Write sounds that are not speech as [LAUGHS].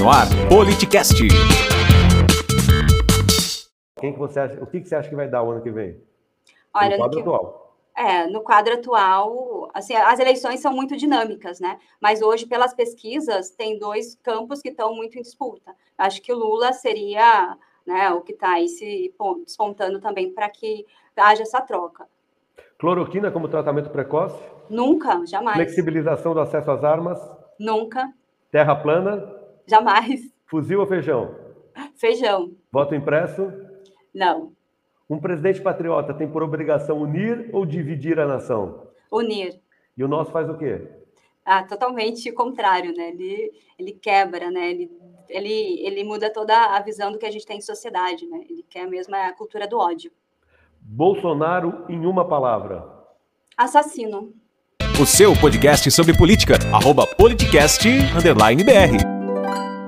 no ar Politicast. Quem que você acha, o que, que você acha que vai dar o ano que vem? Olha, no no quadro que, atual. é, no quadro atual, assim, as eleições são muito dinâmicas, né? Mas hoje, pelas pesquisas, tem dois campos que estão muito em disputa. Acho que o Lula seria né, o que está aí se pon- despontando também para que haja essa troca. Cloroquina como tratamento precoce, Nunca, jamais, flexibilização do acesso às armas, nunca, terra plana, jamais. [LAUGHS] fuzil ou feijão, Feijão, voto impresso. não. Um presidente patriota tem por obrigação unir ou dividir a nação? Unir, E o nosso faz o quê? ah, totalmente contrário, né? Ele, ele quebra, né? Ele, ele, ele muda toda a visão do que a gente tem em sociedade, né? Ele quer mesmo a cultura do ódio. Bolsonaro em uma palavra. Assassino. O seu podcast sobre política, arroba politicast_br.